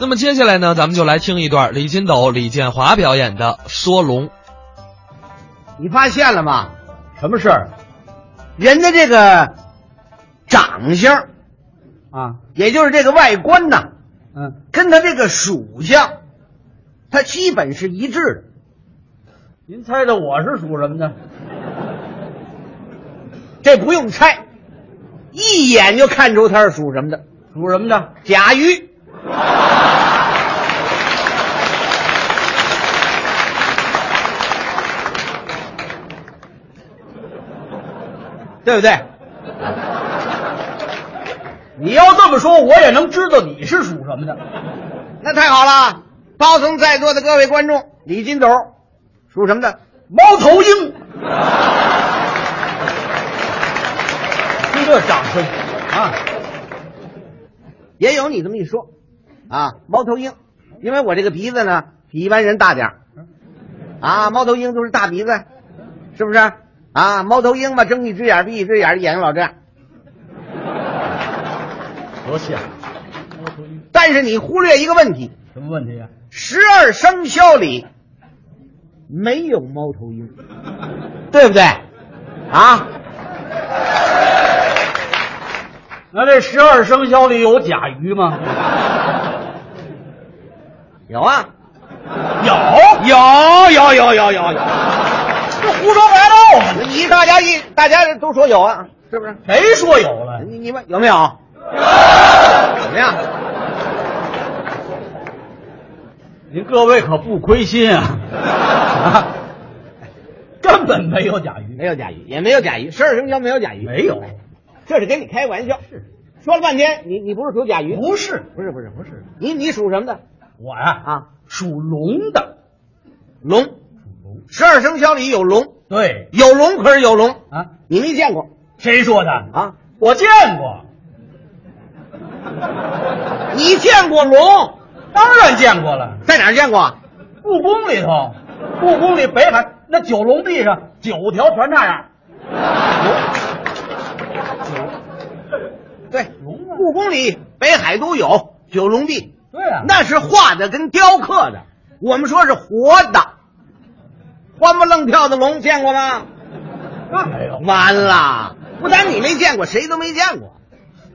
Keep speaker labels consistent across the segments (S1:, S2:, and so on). S1: 那么接下来呢，咱们就来听一段李金斗、李建华表演的《说龙》。
S2: 你发现了吗？
S3: 什么事儿？
S2: 人的这个长相，
S3: 啊，
S2: 也就是这个外观呐，
S3: 嗯，
S2: 跟他这个属相，它基本是一致的。
S3: 您猜的我是属什么的？
S2: 这不用猜，一眼就看出他是属什么的。
S3: 属什么的？
S2: 甲鱼，对不对？
S3: 你要这么说，我也能知道你是属什么的。
S2: 那太好了！包层在座的各位观众，李金斗属什么的？
S3: 猫头鹰。听这掌声啊！
S2: 也有你这么一说，啊，猫头鹰，因为我这个鼻子呢比一般人大点儿，啊，猫头鹰都是大鼻子，是不是？啊，猫头鹰嘛，睁一只眼闭一只眼，眼睛老这样。
S3: 多像。
S2: 但是你忽略一个问题，
S3: 什么问题啊呀、
S2: 十二生肖里没有猫头鹰，对不对？啊，
S3: 那这十二生肖里有甲鱼吗？
S2: 有啊，
S3: 有有有有有有有，这胡说八道啊！
S2: 你大家一大家都说有啊，是不是？
S3: 谁说有了？
S2: 你你们有没有？怎么样？
S3: 您各位可不亏心啊！ 啊根本没有甲鱼，
S2: 没有甲鱼，也没有甲鱼，十二生肖没有甲鱼，
S3: 没有，
S2: 这是跟你开玩笑。
S3: 是，
S2: 说了半天，你你不是属甲鱼，
S3: 不是
S2: 不是不是不是，你你属什么的？
S3: 我呀
S2: 啊，
S3: 属龙的，
S2: 龙，
S3: 属龙。
S2: 十二生肖里有龙，
S3: 对
S2: 有龙可是有龙，
S3: 啊，
S2: 你没见过
S3: 谁说的？
S2: 啊？
S3: 我见过，
S2: 你见过龙，
S3: 当然见过了，
S2: 在哪儿见过？啊
S3: 故宫里头，故宫里北海那九龙壁上九条全那样。
S2: 对，
S3: 龙啊
S2: 故宫里、北海都有九龙壁，
S3: 对啊，
S2: 那是画的跟雕刻的，我们说是活的，欢不愣跳的龙见过吗？
S3: 那哎没有，
S2: 完了，不但你没见过，谁都没见过。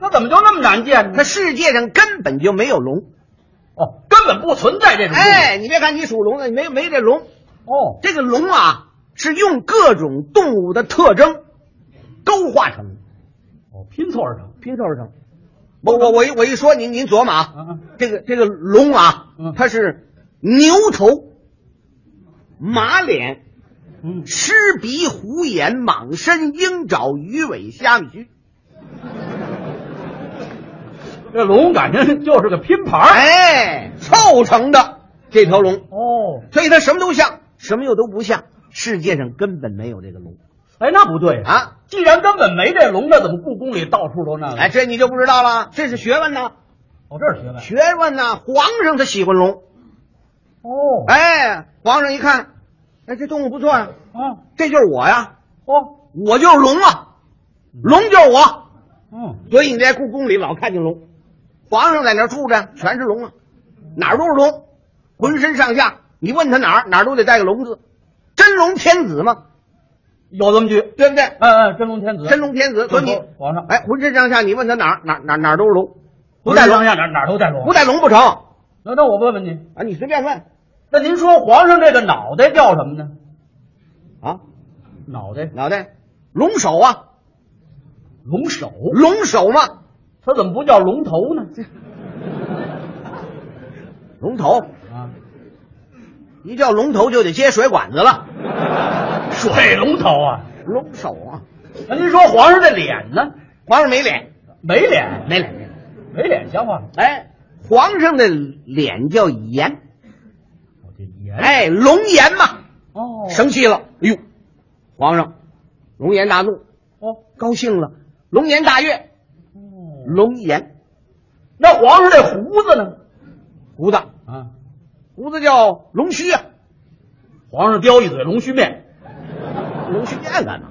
S3: 那怎么就那么难见呢
S2: 那？世界上根本就没有龙。
S3: 哦，根本不存在这种东西。
S2: 哎，你别看你属龙的，你没没这龙。
S3: 哦，
S2: 这个龙啊，是用各种动物的特征勾画成的，
S3: 哦，拼凑而成。
S2: 拼凑而成。我我我一我一说您您琢磨啊，
S3: 啊，
S2: 这个这个龙啊
S3: 嗯，
S2: 它是牛头、马脸、
S3: 嗯，
S2: 狮鼻、虎眼、蟒身、鹰爪、鱼尾、虾米须。
S3: 这龙感情就是个拼盘儿。
S2: 哎，凑成的这头龙，
S3: 哦，
S2: 所以它什么都像，什么又都不像。世界上根本没有这个龙
S3: 哎，那不对！
S2: 啊！
S3: 既然根本没这龙，那怎么故宫里到处都那个？
S2: 哎，，这你就不知道了，这是学问呐，
S3: 哦，这是学问。
S2: 学问呐！皇上他喜欢龙，
S3: 哦，
S2: 哎，皇上一看，哎，这动物不错呀、
S3: 啊，
S2: 这就是我呀，
S3: 哦，
S2: 我就是龙啊，龙就是我，
S3: 嗯，
S2: 所以你在故宫里老看见龙，皇上在那儿住着，全是龙啊，哪儿都是龙，浑身上下，你问他哪儿哪儿都得带个龙字，真龙天子嘛，
S3: 有这么句。
S2: 对不对？
S3: 嗯嗯，真龙天子，
S2: 真龙天子，所以你
S3: 皇上，
S2: 哎，浑身上下你问他哪儿哪儿哪儿哪儿都是龙，不
S3: 不带
S2: 带
S3: 龙
S2: 龙
S3: 呀，哪哪儿都带龙
S2: 不。带龙不成啊！
S3: 那那我问问您，
S2: 你随便问
S3: 那您说皇上这个脑袋叫什么呢？
S2: 啊，
S3: 脑袋
S2: 脑袋龙首啊，
S3: 龙首，
S2: 龙首嘛，
S3: 他怎么不叫龙头呢？
S2: 龙头
S3: 啊，
S2: 一叫龙头就得接水管子了，
S3: 水龙头啊。
S2: 龙首啊，
S3: 那您说皇上这脸呢？
S2: 皇上没脸，
S3: 没脸，
S2: 没脸没脸，
S3: 没脸，像话吗？
S2: 哎，皇上的脸叫颜，
S3: 我这颜，，
S2: 哎，龙颜嘛，
S3: 哦，
S2: 生气了，哎呦，皇上，龙颜大怒，
S3: 哦，
S2: 高兴了，龙颜大悦，
S3: 哦，
S2: 龙颜
S3: 那皇上这胡子呢？
S2: 胡子
S3: 啊，
S2: 胡子叫龙须啊。
S3: 皇上叼一嘴龙须面，
S2: 龙须面干嘛？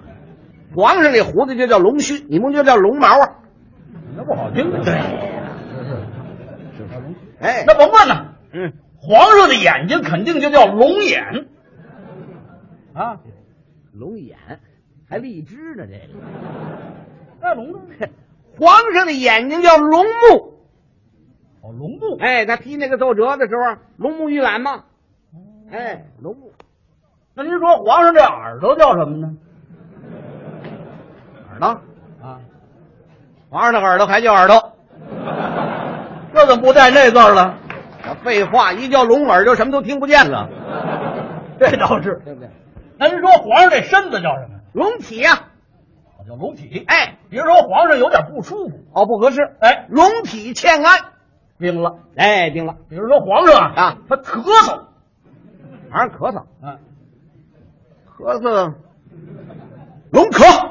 S2: 皇上这胡子就叫龙须，你们就叫龙毛啊？
S3: 那不好听。对，
S2: 哎
S3: 那甭问了，
S2: 嗯
S3: 皇上的眼睛肯定就叫龙眼啊，
S2: 龙眼，还荔枝呢，这个
S3: 那龙呢？
S2: 皇上的眼睛叫龙目，
S3: 哦，龙目，
S2: 哎，他批那个奏折的时候，啊龙目玉览嘛，哎，龙目
S3: 那您说皇上这耳朵叫什么呢？
S2: 耳朵，
S3: 啊，
S2: 皇上的耳朵还叫耳朵，
S3: 那怎么不带那字儿了？
S2: 啊废话，一叫聋耳就什么都听不见了，
S3: 这倒是。
S2: 对不对？
S3: 那您说皇上这身子叫什么？
S2: 龙体呀、
S3: 哦叫龙体。
S2: 哎，
S3: 别说皇上有点不舒服，
S2: 哦，不合适，
S3: 哎，
S2: 龙体欠安，
S3: 病了。
S2: 哎，定了，
S3: 比如说皇上啊，
S2: 啊
S3: 他咳嗽，
S2: 皇上咳嗽，
S3: 啊，
S2: 咳嗽，龙咳，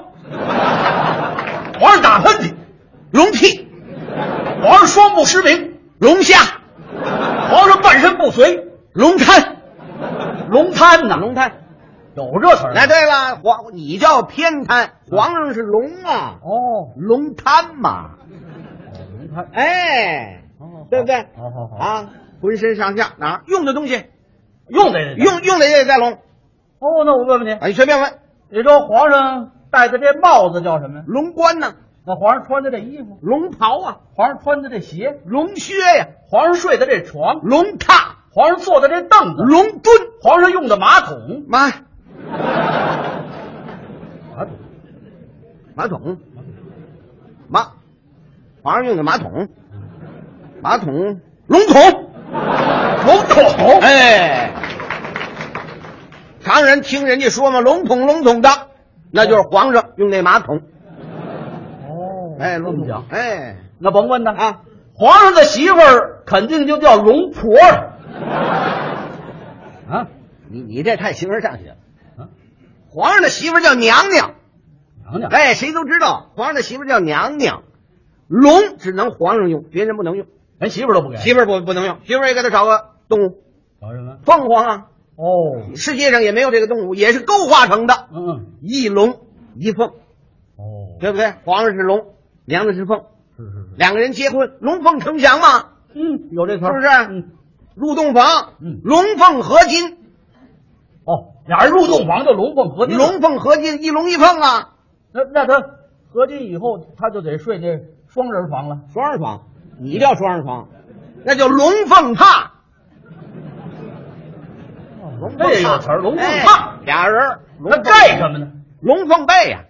S3: 皇上打喷嚏，
S2: 龙涕，
S3: 皇上双目失明，
S2: 龙虾，
S3: 皇上半身不遂，
S2: 龙滩，
S3: 龙瘫呐，
S2: 龙滩。
S3: 有这词儿。
S2: 哎，对了，皇你叫偏瘫，皇上是龙啊，
S3: 哦，
S2: 龙瘫嘛，
S3: 龙瘫，
S2: 哎，
S3: 哦
S2: 对不对？
S3: 好好好
S2: 啊，浑身上下哪儿用的东西，
S3: 用得着
S2: 用用的也在龙，
S3: 哦，那我问问你，
S2: 哎，你随便问，
S3: 你说皇上戴的这帽子叫什么呀？
S2: 龙冠呢，
S3: 那皇上穿的这衣服，
S2: 龙袍啊，
S3: 皇上穿的这鞋，
S2: 龙靴呀，
S3: 皇上睡的这床，
S2: 龙榻，
S3: 皇上坐的这凳子，
S2: 龙墩，
S3: 皇上用的马桶，
S2: 马
S3: 马桶
S2: 马桶，马，皇上用的马桶，马桶，龙桶，
S3: 龙桶，
S2: 哎，常人听人家说嘛，笼统笼统的，那就是皇上用那马桶。
S3: 哦
S2: 哎，
S3: 这
S2: 笼
S3: 么
S2: 统
S3: 讲，
S2: 哎，
S3: 那甭问他
S2: 啊，
S3: 皇上的媳妇儿肯定就叫龙婆 啊，
S2: 你你这太形而上学了
S3: 啊。
S2: 皇上的媳妇儿叫娘娘，
S3: 娘娘，
S2: 哎，谁都知道，皇上的媳妇儿叫娘娘。龙只能皇上用，别人不能用。
S3: 连媳妇儿都不给，
S2: 媳妇儿不不能用，媳妇儿也给他找个动物，
S3: 找什么？
S2: 凤凰啊，
S3: 哦，
S2: 世界上也没有这个动物，也是构化成的，
S3: 嗯，
S2: 一龙一凤，
S3: 哦，
S2: 对不对？皇上是龙，娘娘是凤，
S3: 是是是，
S2: 两个人结婚，龙凤呈祥嘛。
S3: 嗯，有这词儿，
S2: 是不是
S3: 嗯，
S2: 入洞房，
S3: 嗯
S2: 龙凤合金，
S3: 哦，俩人入洞房就龙凤合金，
S2: 龙凤合金，一龙一凤啊，
S3: 那那他合金以后，他就得睡那双人房了。
S2: 双人床，你叫双人床，那叫龙凤榻，哦龙凤
S3: 这
S2: 榻
S3: 有词儿，龙凤
S2: 哎
S3: 榻。
S2: 俩人儿，龙
S3: 那
S2: 凤
S3: 盖什么呢？
S2: 龙凤被呀、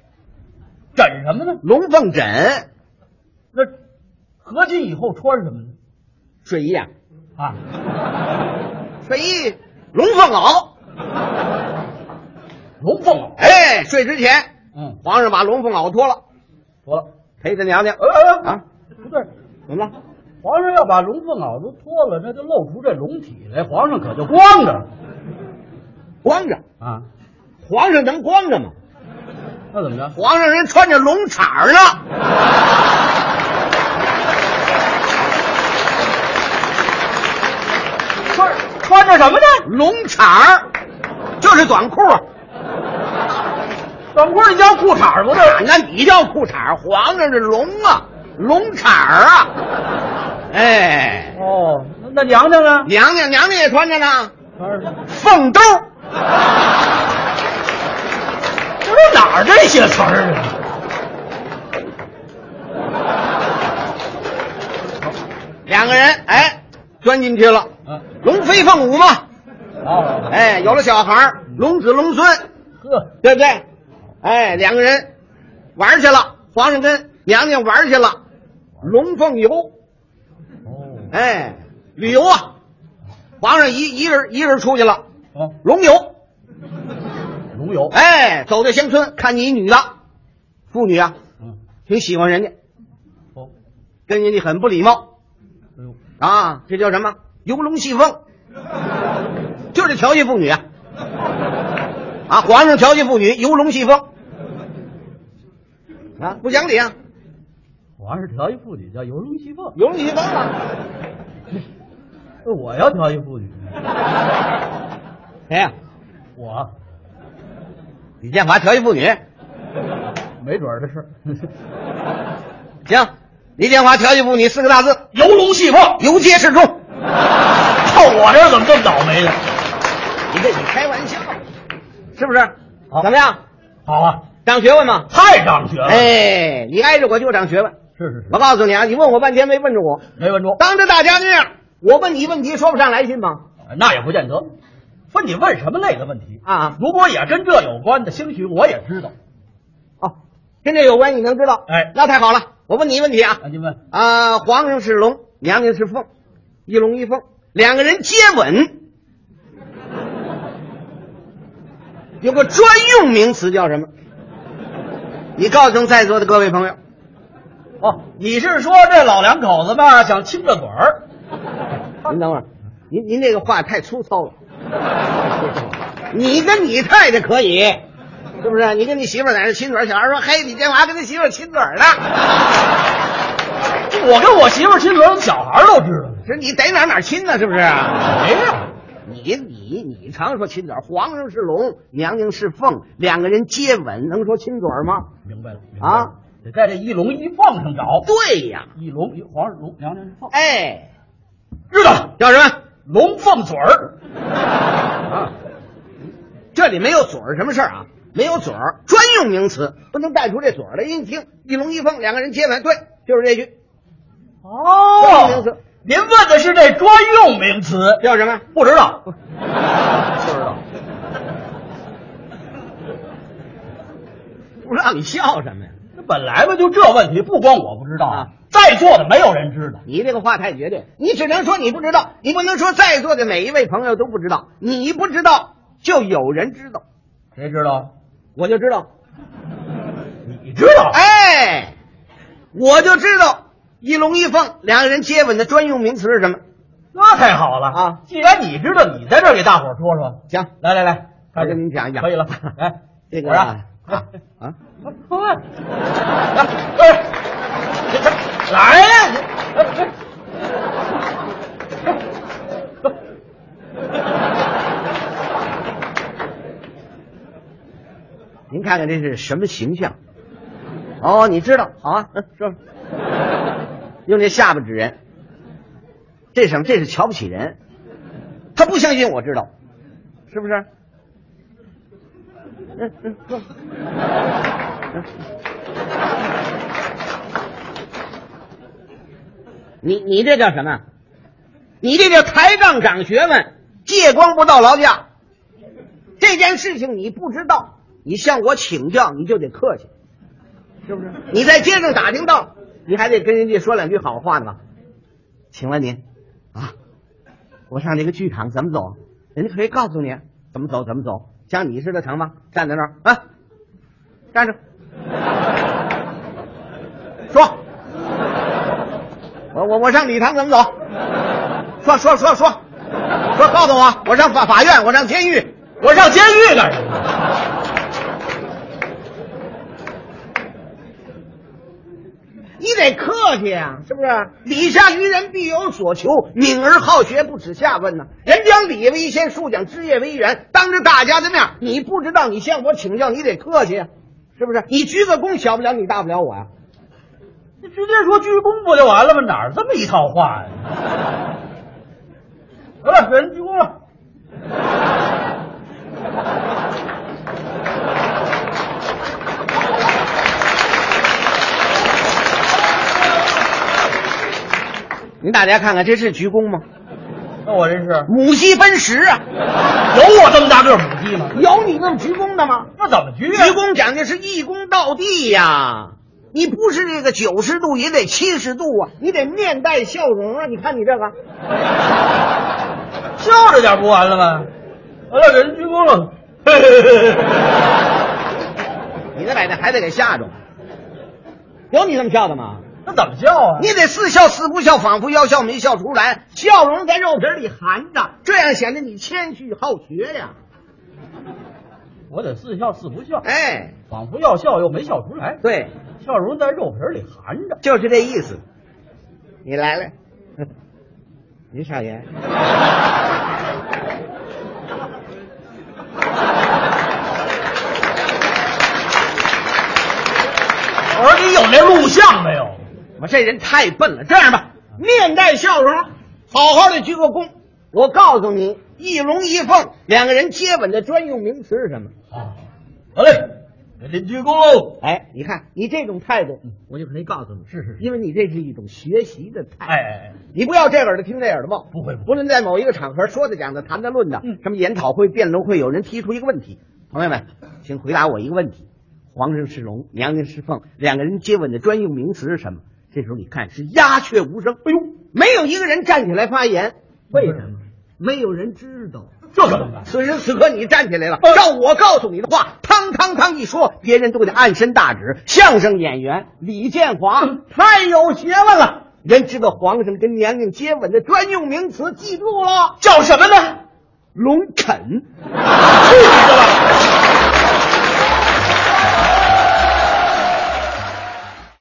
S3: 枕什么呢？
S2: 龙凤枕，
S3: 那合金以后穿什么呢？
S2: 睡衣啊，
S3: 啊，
S2: 睡衣，龙凤袄，
S3: 龙凤袄。
S2: 哎，睡之前，
S3: 嗯，
S2: 皇上把龙凤袄脱了，
S3: 妥了。
S2: 陪他娘娘
S3: 呃呃
S2: 啊，
S3: 不对，
S2: 怎么了？
S3: 皇上要把龙凤袄都脱了，那就露出这龙体来，皇上可就光着
S2: 光着，
S3: 啊。
S2: 皇上能光着吗？
S3: 那怎么着？
S2: 皇上人穿着龙氅儿呢，
S3: 穿穿着什么呢？
S2: 龙氅儿就是短裤啊。
S3: 短裤儿，你叫裤衩儿不是？
S2: 啊那你叫裤衩儿，皇上是龙啊，龙衩儿啊，哎，
S3: 哦，那那娘娘呢？
S2: 娘娘娘娘也穿着呢，
S3: 穿着什么
S2: 凤兜，
S3: 这是哪儿这些词儿啊？
S2: 两个人哎钻进去了，
S3: 啊，
S2: 龙飞凤舞嘛，
S3: 好，
S2: 哎，有了小孩儿龙子龙孙，
S3: 呵，
S2: 对不对？哎，两个人玩儿去了，皇上跟娘娘玩儿去了，龙凤游，
S3: 哦，
S2: 哎，旅游啊，皇上一一人一人出去了，
S3: 哦，
S2: 龙游，
S3: 龙游，
S2: 哎，走到乡村看见一女的，妇女啊，
S3: 嗯，
S2: 挺喜欢人家，
S3: 哦，
S2: 跟人家很不礼貌
S3: 哎呦，
S2: 啊，这叫什么？游龙戏凤， 就是调戏妇女啊！啊，皇上调戏妇女，游龙戏凤啊，不讲理啊！
S3: 皇上调一妇女叫游龙戏凤，
S2: 游龙戏凤啊！
S3: 那我要调一妇女，
S2: 谁哎呀、
S3: 我
S2: 李建华调戏妇女，
S3: 没准儿的 事。
S2: 行，李建华调戏妇女四个大字：
S3: 游龙戏凤，
S2: 游街示众。
S3: 我这儿怎么这么倒霉呢？
S2: 你这你开玩笑，是不是？
S3: 好嗯
S2: 怎么样？
S3: 好啊，
S2: 长学问吗？
S3: 太长学了。，
S2: 哎，你挨着我就长学问。
S3: 是是是，
S2: 我告诉你啊，你问我半天没问住我，
S3: 没问住，
S2: 当着大家面，我问你问题说不上来信吗？
S3: 那也不见得。分你问什么类的问题
S2: 啊
S3: 如果也跟这有关的，兴许我也知道。
S2: 哦，跟这有关你能知道？
S3: 哎
S2: 那太好了。我问你一问题啊
S3: 那，您问，
S2: 啊，皇上是龙，娘娘是凤，一龙一凤，两个人接吻，有个专用名词叫什么？你告诉在座的各位朋友，
S3: 哦，你是说这老两口子吧，想亲个嘴儿？
S2: 您等会儿，您您这个话太粗糙了。你跟你太太可以，是不是？你跟你媳妇儿在那亲嘴儿，小孩说：“嘿，你这娃跟他媳妇儿亲嘴儿呢。
S3: 我跟我媳妇儿亲嘴儿，小孩儿都知道。”
S2: 是你逮哪儿哪儿亲呢？是不是？啊
S3: 谁呀？
S2: 你你你常说亲嘴儿，皇上是龙，娘娘是凤，两个人接吻能说亲嘴儿吗？
S3: 明白了明白了
S2: 啊，
S3: 得在这一龙一凤上找。
S2: 对呀，
S3: 一龙一皇上龙，娘娘是凤，
S2: 哎，
S3: 知道了
S2: 叫什么？
S3: 龙凤嘴儿。
S2: 这里没有嘴儿什么事儿啊？没有嘴儿，专用名词，不能带出这嘴儿来。一听一龙一凤，两个人接吻，对，就是这句，专用名词
S3: 您问的是这专用名词，
S2: 叫什么？
S3: 不知道，不
S2: 不
S3: 知道。
S2: 不知道你笑什么呀？
S3: 这本来吧，就这问题，不光我不知道
S2: 啊，
S3: 在座的没有人知道。
S2: 你这个话太绝对，你只能说你不知道，你不能说在座的每一位朋友都不知道。你不知道，就有人知道，
S3: 谁知道？
S2: 我就知道。
S3: 你知道？
S2: 哎，我就知道一龙一凤两个人接吻的专用名词是什么。
S3: 那太好了
S2: 啊！
S3: 既然你知道，你在这儿给大伙儿说说。
S2: 行，
S3: 来来来，
S2: 我跟您讲一讲
S3: 可以了，来，
S2: 这
S3: 我
S2: 个
S3: 让
S2: 啊 啊啊，
S3: 快，来，来呀！
S2: 您看看这是什么形象？哦，你知道，好啊，嗯，说吧，用这下巴指人，这什么？这是瞧不起人，他不相信我知道，是不是？嗯嗯，说吧。嗯你你这叫什么？你这叫抬杠长学问，借光不到劳驾。这件事情你不知道，你向我请教，你就得客气，是不是？你在街上打听到，你还得跟人家说两句好话呢。请问您，啊，我上这个剧场怎么走？人家可以告诉你怎么走，怎么走。像你似的成吗？站在那儿啊，站着， 说，我我我上礼堂怎么走？说说说说，说告诉我，我上法法院，我上监狱。
S3: 我上监狱干什么？
S2: 你得客气啊，是不是？礼下于人，必有所求。敏而好学，不耻下问呐。人将礼为先，树讲枝叶为源。当着大家的面，你不知道，你向我请教，你得客气啊，是不是？你鞠个躬，小不了你，大不了我呀、啊
S3: 你直接说鞠躬不就完了吗？哪儿这么一套话呀？ 得了，给人鞠躬了。
S2: 你大家看看，这是鞠躬吗？
S3: 那我这是
S2: 母鸡奔食啊，
S3: 有我这么大个儿母鸡吗？
S2: 有你那么鞠躬的吗？
S3: 那怎么鞠
S2: 鞠
S3: 啊？
S2: 躬讲究是一躬到地呀、你不是这个九十度也得七十度啊，你得面带笑容啊。你看你这个。
S3: 笑着点不完了吗？完了，给人鞠躬了。
S2: 你得把那孩子给吓着，有你这么笑的吗？
S3: 那怎么笑啊？
S2: 你得似笑似不笑，仿佛要笑没笑出来，笑容在肉皮里含着，这样显得你谦虚好学呀。
S3: 我得似笑似不笑，
S2: 哎，
S3: 仿佛要笑又没笑出来，
S2: 对，
S3: 笑容在肉皮里含着。
S2: 就是这意思。你来了，您少爷，
S3: 我说你有那录像没有？
S2: 我这人太笨了。这样吧，面带笑容，好好的鞠个躬，我告诉你，一龙一凤两个人接吻的专用名词是什么？
S3: 啊好嘞，给您鞠躬喽。
S2: 哎，你看你这种态度，嗯我就可以告诉你，
S3: 是是是
S2: 因为你这是一种学习的态度。
S3: 哎哎哎，
S2: 你不要这耳朵听这耳朵冒，
S3: 不会不会嗯
S2: 无论在某一个场合说的、讲的、谈的、论的，什么研讨会、辩论会，有人提出一个问题，朋友们，请回答我一个问题：皇上是龙，娘娘是凤，两个人接吻的专用名词是什么？这时候你看是鸦雀无声，哎呦，没有一个人站起来发言，为什么？没有人知道。
S3: 这可怎么办？
S2: 此时此刻你站起来了，要我告诉你的话，汤汤汤一说，别人都得按身大指。相声演员李建华嗯太有学问了，人知道皇上跟娘娘接吻的专用名 词，记住了，叫什么呢？龙肯。
S3: 去你的吧！